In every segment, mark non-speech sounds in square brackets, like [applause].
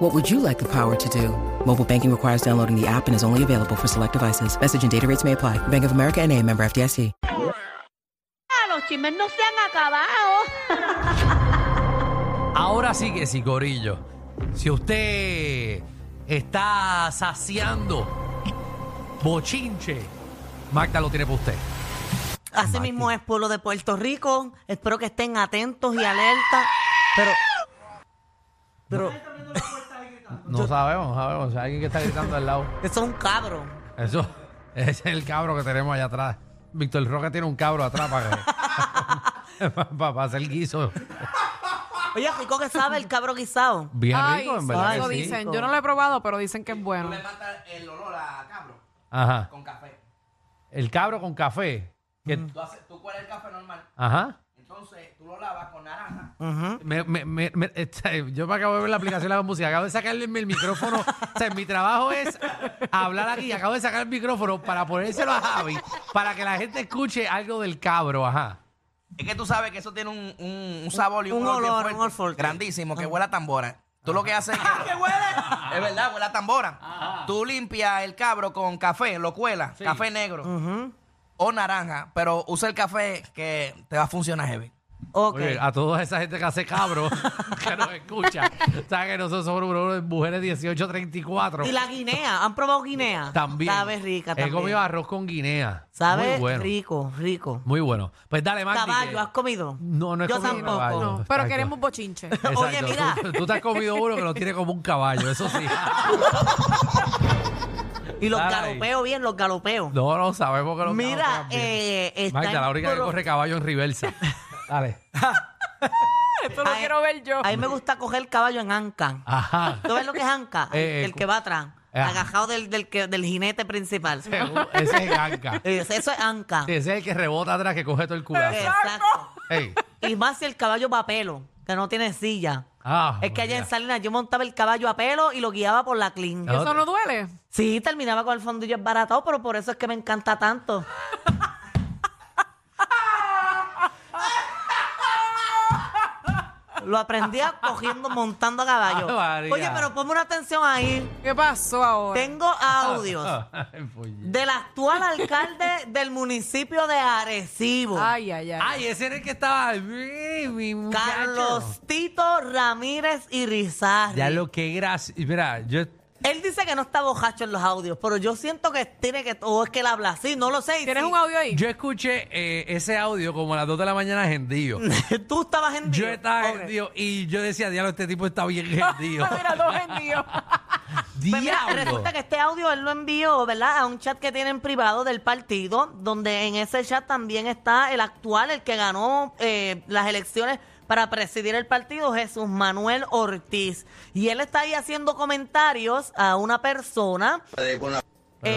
What would you like the power to do? Mobile banking requires downloading the app and is only available for select devices. Message and data rates may apply. Bank of America and a member FDIC. Ah, Los chismes no se han acabado. Ahora sí que sí, Corillo. Si usted está saciando bochinche, Magda lo tiene para usted. Así mismo es pueblo de Puerto Rico. Espero que estén atentos y alertas. Pero. Pero. No sabemos, no sabemos. O sea, alguien que está gritando al lado. Eso es un cabro. [laughs] Eso, ese es el cabro que tenemos allá atrás. Víctor Roque tiene un cabro atrás para, [laughs] que- para, para hacer guiso. Oye, rico que sabe el cabro guisado. Bien Ay, rico, en sí, verdad. eso que sí. dicen. Yo no lo he probado, pero dicen que es bueno. el olor a cabro Ajá. con café. El cabro con café. que- Mm. Tú, haces, tú cuelas el café normal, Ajá. entonces tú lo lavas con naranja. Me- me- me- me- [laughs] esta- yo me acabo de ver la aplicación de la música, acabo de sacarle el micrófono. O sea, mi trabajo es hablar aquí, acabo de sacar el micrófono para ponérselo a Javi, para que la gente escuche algo del cabro, ajá. Es que tú sabes que eso tiene un, un, un sabor y un, Un bien olor, fuerte, un olor fuerte. grandísimo Ah. que huele a tambora. Tú lo que [laughs] haces es que, huele. Es verdad, huele a tambora. Tú limpias el cabro con café, lo cuelas, café negro o naranja, pero usa el café que te va a funcionar heavy. Ok. Oye, a toda esa gente que hace cabro, [laughs] que nos escucha, saben que nosotros somos número uno en mujeres 1834. Y la guinea. ¿Han probado guinea? También. Sabe rica He comido también. arroz con guinea. Sabe Muy bueno. rico, rico. Muy bueno. Pues dale, Magdi. que- Caballo, ¿has comido? No, no he Yo comido tampoco. caballo. No, pero Exacto. queremos bochinche. Exacto. [laughs] Oye, mira. Tú, tú te has comido uno que lo tiene como un caballo, eso [laughs] sí. Y los Ay. galopeo bien, los galopeo. No, no sabemos que lo Mira, que eh, está Magda, en la única que pro- corre caballo en [laughs] reversa. Dale. Esto lo Ay, quiero ver yo. A mí me gusta coger caballo en anca. Ajá. ¿Tú ves lo que es anca? [laughs] Eh, el que va atrás, eh, agajado del, del, que- del [laughs] jinete principal. Ese es Anca. Eh, Eso es anca. Sí, Ese es el que rebota atrás, que coge todo el culazo. Exacto. Ey. Y más si el caballo va a pelo, que no tiene silla. Ah, es que allá en María. Salinas yo montaba el caballo a pelo y lo guiaba por la clean. No. ¿Eso no duele? Sí, terminaba con el fondillo esbaratado, pero por eso es que me encanta tanto. Lo aprendí a- cogiendo, montando a caballo. Ay, Ah, María. Oye, pero ponme una atención ahí. ¿Qué pasó ahora? Tengo audios [laughs] Ay, pues, puñet. del actual alcalde del municipio de Arecibo. Ay, ay, ay. Ay, ese era el que estaba. Ay, mi muchacho. Carlos Tito Ramírez y Rizar. Ya lo que gracia. Mira, yo. Él dice que no está bojacho en los audios, pero yo siento que tiene que. O es que él habla así, no lo sé. y ¿Tienes sí, un audio ahí? Yo escuché eh, ese audio como a las 2 de la mañana gendío. [laughs] Tú estabas en Yo Dios. estaba Mm, Ok. gendío y yo decía, diablo, este tipo está bien [laughs] gendío. [laughs] Mira, dos vendidos. Pues mira, diablo. resulta que este audio él lo envió, ¿verdad? A un chat que tienen privado del partido, donde en ese chat también está el actual, el que ganó eh, las elecciones para presidir el partido, Jesús Manuel Ortiz. Y él está ahí haciendo comentarios a una persona, Pero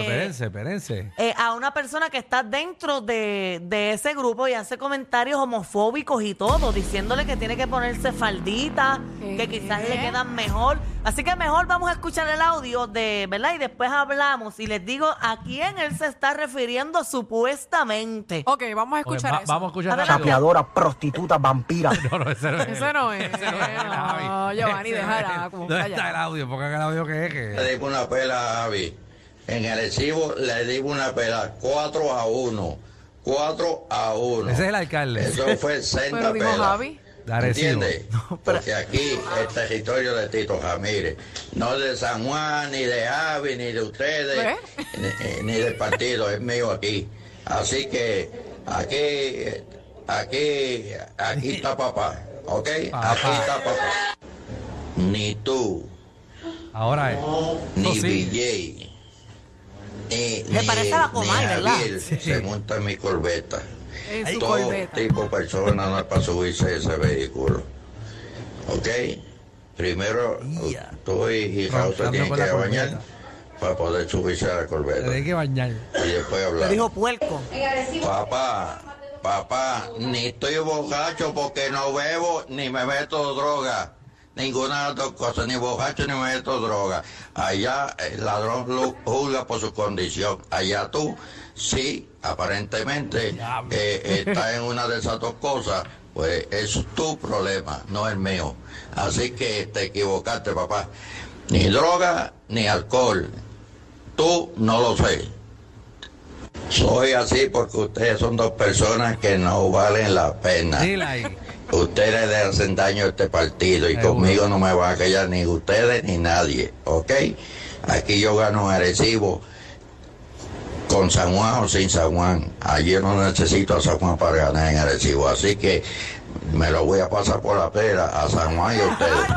eh, espérense, espérense. eh, a una persona que está dentro de, de ese grupo y hace comentarios homofóbicos y todo, diciéndole que tiene que ponerse faldita, ¿Qué? que quizás le Eh. quedan mejor. Así que mejor vamos a escuchar el audio de, ¿verdad? Y después hablamos y les digo a quién él se está refiriendo supuestamente. Ok, vamos a Ok, escuchar va- eso. vamos a escuchar Adelante. rápido. Chapeadora, prostituta, vampira. No, no, ese no es. Ese no es. Ese no es, Javi. No, Giovanni, Ese deja no es. la- como ¿Dónde calla. está el audio? Pongan el audio que es. que- Le digo una pela a Javi. En el recibo le digo una pela 4 a 1. 4 a 1. Ese es el alcalde. Eso fue 60 Pero dijo pelas. Javi. De Arecibo. [laughs] ¿Entiendes? Porque aquí el territorio de Tito Ramírez, no de San Juan, ni de Javi, ni de ustedes, ni, ni del partido, es mío aquí. Así que aquí, aquí, aquí está papá, ¿ok? Papá. Aquí está papá. Ni tú, Ahora es. ni No, sí. BJ. Ni, Me ni- parece la ni Comay, ¿verdad? Javier se monta en mi corbeta. En su Todo corbeta. tipo de persona no es para subirse a ese vehículo. ¿Ok? Primero, tú y Raúl se Roncando tienen con que la bañar. corbeta. para poder subirse a la corbeta Tenés que bañar. y después Le hablar. dijo puerco. Papá, papá, ni estoy borracho porque no bebo ni me meto droga. Ninguna de las dos cosas, ni borracho ni me meto droga. Allá el ladrón lo juzga por su condición. Allá tú, sí, aparentemente, eh, estás en una de esas dos cosas. Pues es tu problema, no el mío. Así que te equivocaste, papá. Ni droga, ni alcohol. Tú no lo sé. Soy así porque ustedes son dos personas que no valen la pena. Dile ahí. Ustedes le hacen daño a este partido y Seguro. conmigo no me van a callar ni ustedes ni nadie, ¿ok? Aquí yo gano en Arecibo con San Juan o sin San Juan. Allí no necesito a San Juan para ganar en Arecibo, así que me lo voy a pasar por la pera a San Juan y [laughs] a ustedes.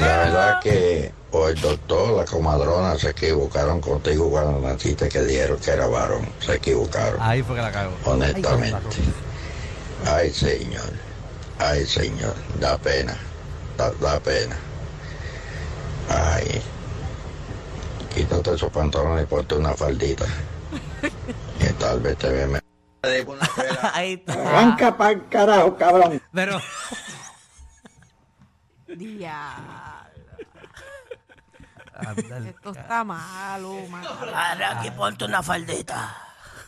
La verdad que o el doctor, la comadrona se equivocaron contigo cuando naciste que dijeron que era varón. Se equivocaron. Ahí fue que la cago. Honestamente. Ay, señor. Ay, señor. Da pena. Da, da pena. Ay. Quítate esos pantalones y ponte una faldita. [laughs] Que tal vez te ve mejor. Ahí está. Arranca pa'l carajo, cabrón. Pero, Diablo. Esto está malo, malo. Aquí ponte una faldita.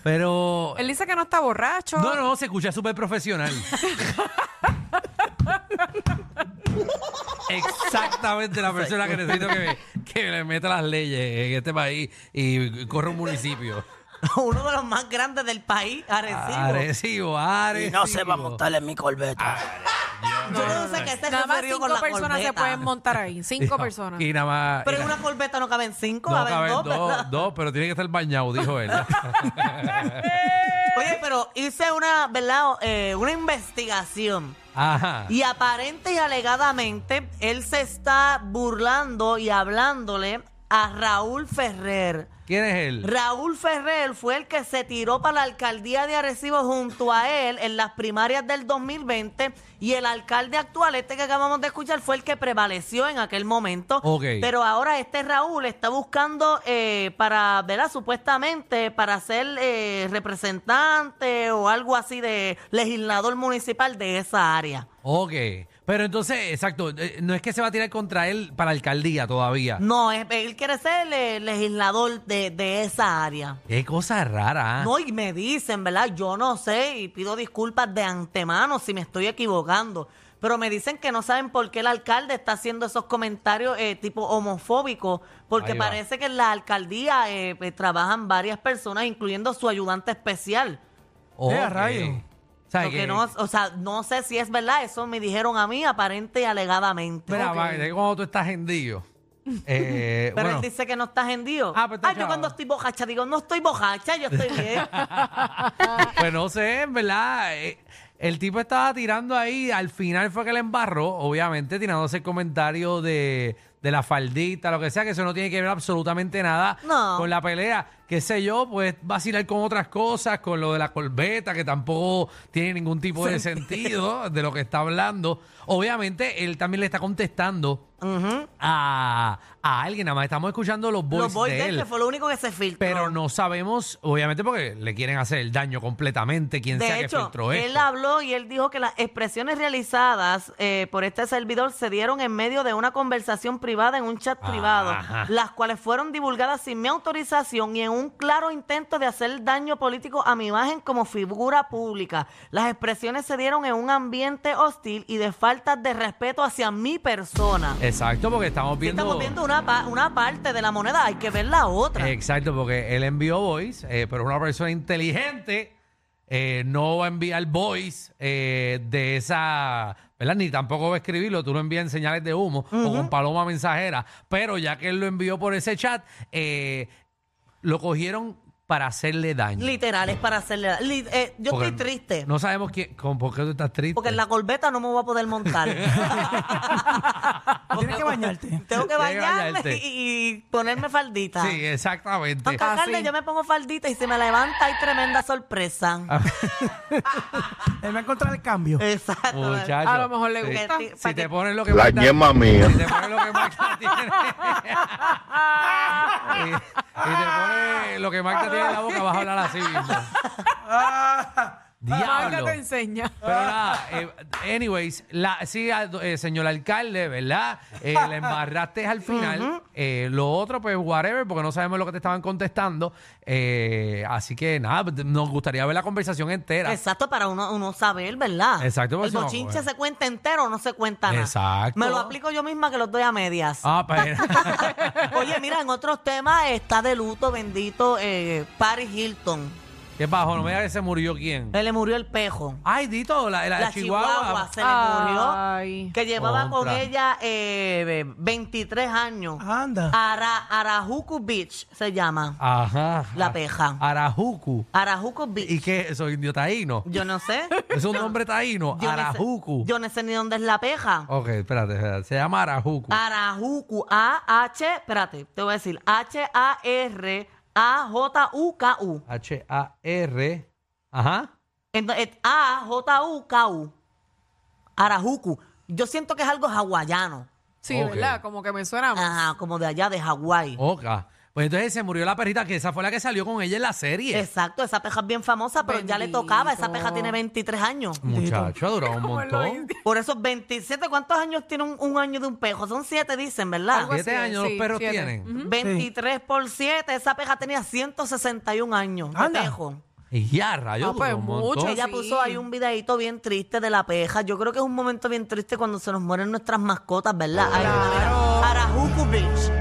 pero. Él dice que no está borracho. No, no, se escucha súper profesional. Exactamente la persona que necesito que, me- que le meta las leyes en este país y corra un municipio. [laughs] Uno de los más grandes del país, Arecibo. Arecibo, Arecibo. Y no se va a montar en mi corbeta. Yo no sé qué se Nada más refirió cinco con la personas se corbeta. pueden montar ahí. Cinco [laughs] personas. Y nada más. Pero y en nada- una corbeta no caben cinco, no, caben caben dos, ¿verdad? dos, dos, pero tiene que estar bañado, dijo [laughs] él. Oye, pero hice una, ¿verdad? Eh, una investigación. Ajá. Y aparente y alegadamente, él se está burlando y hablándole a Raúl Ferrer. ¿Quién es él? Raúl Ferrer fue el que se tiró para la alcaldía de Arecibo junto a él en las primarias del 2020 y el alcalde actual, este que acabamos de escuchar, fue el que prevaleció en aquel momento. Ok. Pero ahora este Raúl está buscando eh, para, ¿verdad? Supuestamente para ser eh, representante o algo así de legislador municipal de esa área. Ok. Pero entonces, exacto, eh, no es que se va a tirar contra él para la alcaldía todavía. No, es- él quiere ser eh, legislador de, de esa área. Qué cosa rara. ¿ah? No, y me dicen, ¿verdad? Yo no sé y pido disculpas de antemano si me estoy equivocando. Pero me dicen que no saben por qué el alcalde está haciendo esos comentarios eh, tipo homofóbicos, porque Ahí va. parece que en la alcaldía eh, pues, trabajan varias personas, incluyendo su ayudante especial. Ok. Eh, a rayos. O sea, Lo que que- no, o sea, no sé si es verdad, eso me dijeron a mí aparente y alegadamente. Mira, Ok. Magda, que cuando tú estás hendido. Eh, [laughs] Pero bueno, él dice que no está hendido. Ah, pues está Ay, yo chavo. cuando estoy bojacha digo, no estoy bojacha, yo estoy [laughs] bien. pues no sé, en verdad. eh, el tipo estaba tirando ahí, al final fue que le embarró, obviamente, tirándose el comentario de, de la faldita, lo que sea, que eso no tiene que ver absolutamente nada No. con la pelea. Qué sé yo, pues vacilar con otras cosas, con lo de la corbeta, que tampoco tiene ningún tipo de sentido de lo que está hablando. Obviamente, él también le está contestando a, a alguien, nada más estamos escuchando los voices Los boys de él. que fue lo único que se filtró. Pero no sabemos, obviamente, porque le quieren hacer el daño completamente, quien sea De que hecho, filtró él esto. habló y él dijo que las expresiones realizadas eh, por este servidor se dieron en medio de una conversación privada en un chat privado, Ajá. las cuales fueron divulgadas sin mi autorización y en un claro intento de hacer daño político a mi imagen como figura pública. Las expresiones se dieron en un ambiente hostil y de falta de respeto hacia mi persona. Exacto, porque estamos Si viendo. estamos viendo una, pa- una parte de la moneda, hay que ver la otra. Exacto, porque él envió voice, eh, pero una persona inteligente eh, no va a enviar voice eh, de esa, ¿verdad? Ni tampoco va a escribirlo, tú lo envías en señales de humo o con paloma mensajera, pero ya que él lo envió por ese chat, eh, lo cogieron para hacerle daño. Literal, es para hacerle. la- li- eh, yo Porque estoy triste. No sabemos quién. con- ¿Por qué tú estás triste? Porque en la corbeta no me voy a [laughs] poder montar. Ah, Tienes que bañarte. [laughs] Tengo que que bañarme bañarte. y, y ponerme faldita. Sí, exactamente. Aunque Carmen, yo me pongo faldita y se me levanta hay tremenda sorpresa. Ah, [laughs] Él va a encontrar el Eh. cambio. Exacto. Muchacho. A lo mejor le gusta. Que ti- Si pa' que- te pones lo que La yema [laughs] mía. Si te pones lo que Magda tiene. [laughs] y, y te pones lo que Magda tiene en la boca, vas a hablar así mismo. Magda [laughs] Diablo. te enseña. Pero nada, eh, anyways, la, sí, a- eh, señor alcalde, ¿verdad? [laughs] Eh, la embarraste al final. Eh, lo otro, pues, whatever, porque no sabemos lo que te estaban contestando. Eh, así que nada, pues, nos gustaría ver la conversación entera. Exacto, para uno, uno saber, ¿verdad? Exacto, porque El si no, bochinche bueno. se cuenta entero o no se cuenta nada. Exacto. Me lo aplico yo misma que los doy a medias. Ah, [laughs] pero. [laughs] Oye, mira, en otros temas está de luto, bendito, eh, Paris Hilton. ¿Qué bajo? No me digas que se murió quién. Él le murió el pejo. Ay, Dito, la, la, La Ah, Chihuahua. chihuahua, se le murió. Ay. Que llevaba con Contra. Ah. ella eh, 23 años. Anda. Ara, Arajuku Beach se llama. Ajá. La peja. Arajuku. Arajuku Beach. ¿Y qué? ¿Soy indio [laughs] taíno? Yo [laughs] no sé. Es un nombre taíno. Yo no sé- Arajuku. yo no sé ni dónde es la peja. Ok, espérate, espérate. Se llama Arajuku. Arajuku, A-H, espérate, te voy a decir, H-A-R-A-J-U-K-U. H-A-R. Ajá. Entonces, es A-J-U-K-U. Arajuku. Yo siento que es algo hawaiano. Sí, Ok. ¿verdad? Como que me suena más. Ajá, como de allá, de Hawái. Oca. Pues entonces se murió la perrita, que esa fue la que salió con ella en la serie. Exacto, esa peja es bien famosa, pero ya le Bendito. tocaba. Esa peja tiene 23 años. Muchacho, ha durado un Como lo montón. dice. Por esos 27, ¿cuántos años tiene un, un año de un pejo? Son 7, dicen, ¿verdad? Algo así Siete es, años sí, los perros siete. tienen. 23 por 7, esa peja tenía 161 años de Anda. pejo. Y ya, rayos, Ah, pues, duró un montón. mucho. Ella sí. puso ahí un videito bien triste de la peja. Yo creo que es un momento bien triste cuando se nos mueren nuestras mascotas, ¿verdad? Ay, mira, Arajuku Beach.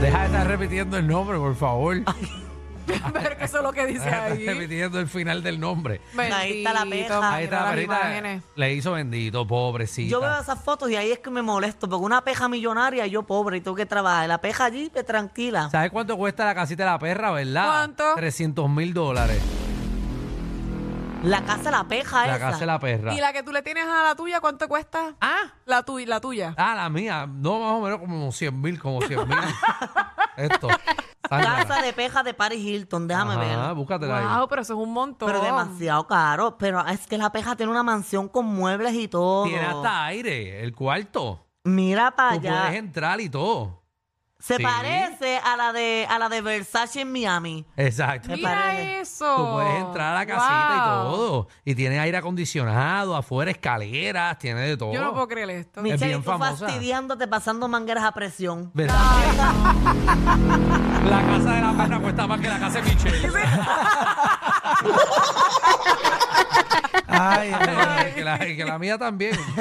Deja de estar repitiendo el nombre, por [laughs] favor. [laughs] Pero que eso es lo [laughs] que dice Deja de estar ahí. repitiendo el final del nombre. Ahí está la Bendito, peja. Ahí mira está la las perrita. imágenes. Le hizo bendito, pobrecita. Yo veo esas fotos y ahí es que me molesto, porque una peja millonaria y yo pobre y tengo que trabajar. La peja allí, pues, tranquila. ¿Sabes cuánto cuesta la casita de la perra, verdad? ¿Cuánto? 300 mil dólares. La casa de la peja La esa. casa de la perra. ¿Y la que tú le tienes a la tuya cuánto cuesta? Ah, La, tu la tuya. ah, la mía. No, más o menos como 100 mil, como 100 [laughs] mil. Esto. Casa de peja de Paris Hilton, déjame Ah, ver. búscatela ahí. Wow, pero eso es un montón. Pero demasiado caro. Pero es que la peja tiene una mansión con muebles y todo. Tiene hasta aire, el cuarto. Mira para Tú puedes allá. entrar y todo. Se Sí. parece a la de a la de Versace en Miami. Exacto. Me Mira parece. eso. Tú puedes entrar a la casita y Wow. todo. Y tiene aire acondicionado, afuera escaleras, tiene de todo. Yo no puedo creer esto. Es Michelle, bien y tú famosa. fastidiándote pasando mangueras a presión. ¿Verdad? la casa de la perra cuesta más que la casa de [laughs] Michelle. Ay, ay, ay. Eh, que, la, que la mía también. [laughs]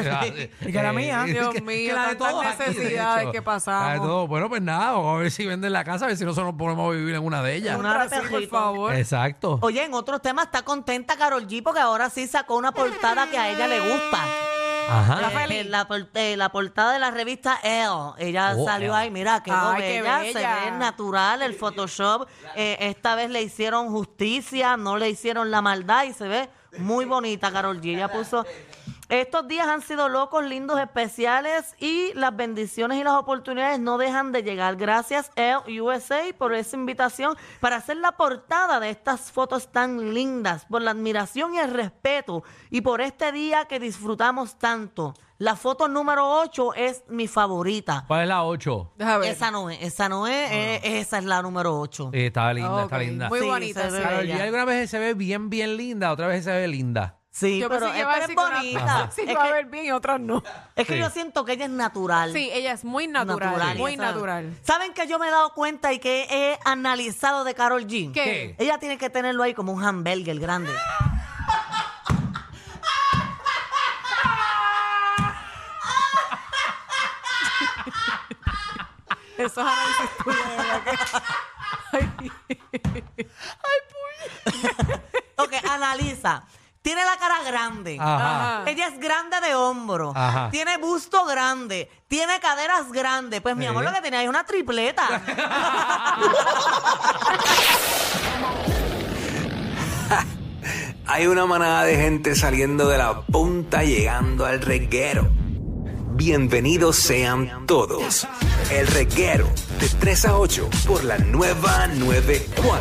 Y que la Eh, mía. que- [laughs] Dios que mío, la de tantas todos aquí, de necesidades hecho. que pasamos. La de todos. Bueno, pues nada, vamos a ver si venden la casa, a ver si nosotros nos ponemos a vivir en una de ellas. Una hora Sí, por perrito. favor. Exacto. Oye, en otros temas está contenta Carol G porque ahora sí sacó una portada que a ella le gusta. Ajá. Eh, eh, la, por- eh, la portada de la revista Elle. Ella Oh, salió Elle. ahí, mira, quedó Ay, qué bella, bella. se ve natural el Photoshop. Eh, esta vez le hicieron justicia, no le hicieron la maldad y se ve muy bonita Carol G. Ella puso... Estos días han sido locos, lindos, especiales y las bendiciones y las oportunidades no dejan de llegar. Gracias, Elle USA, por esa invitación para hacer la portada de estas fotos tan lindas, por la admiración y el respeto y por este día que disfrutamos tanto. La foto número 8 es mi favorita. ¿Cuál es la 8? Deja ver. Esa no es, esa no es, eh, esa es la número 8. está Eh, linda, Ok, está linda. Muy Sí, bonita. se sí. ve Carol bella. G alguna vez se ve bien, bien linda, otra vez se ve linda. Sí, Yo pero pensé es, que iba a pero es decir que una- bonita. [laughs] Sí, es va a que, ver bien y otras no. es que Sí. yo siento que ella es natural. Sí, ella es muy natural. Muy esa- natural. ¿Saben que yo me he dado cuenta y que he analizado de Carol G? ¿Qué? Ella tiene que tenerlo ahí como un hamburger grande. Eso es análisis tuyo, de verdad que- Ay. Ok, analiza. Tiene la cara grande. Ajá. Ajá. Ella es grande de hombro. Ajá. Tiene busto grande. Tiene caderas grandes. Pues mi Sí. amor, lo que tenía es una tripleta. Hay una manada de gente saliendo de la punta llegando al reguero. Bienvenidos sean todos. El reguero de 3 a 8 por la nueva 94.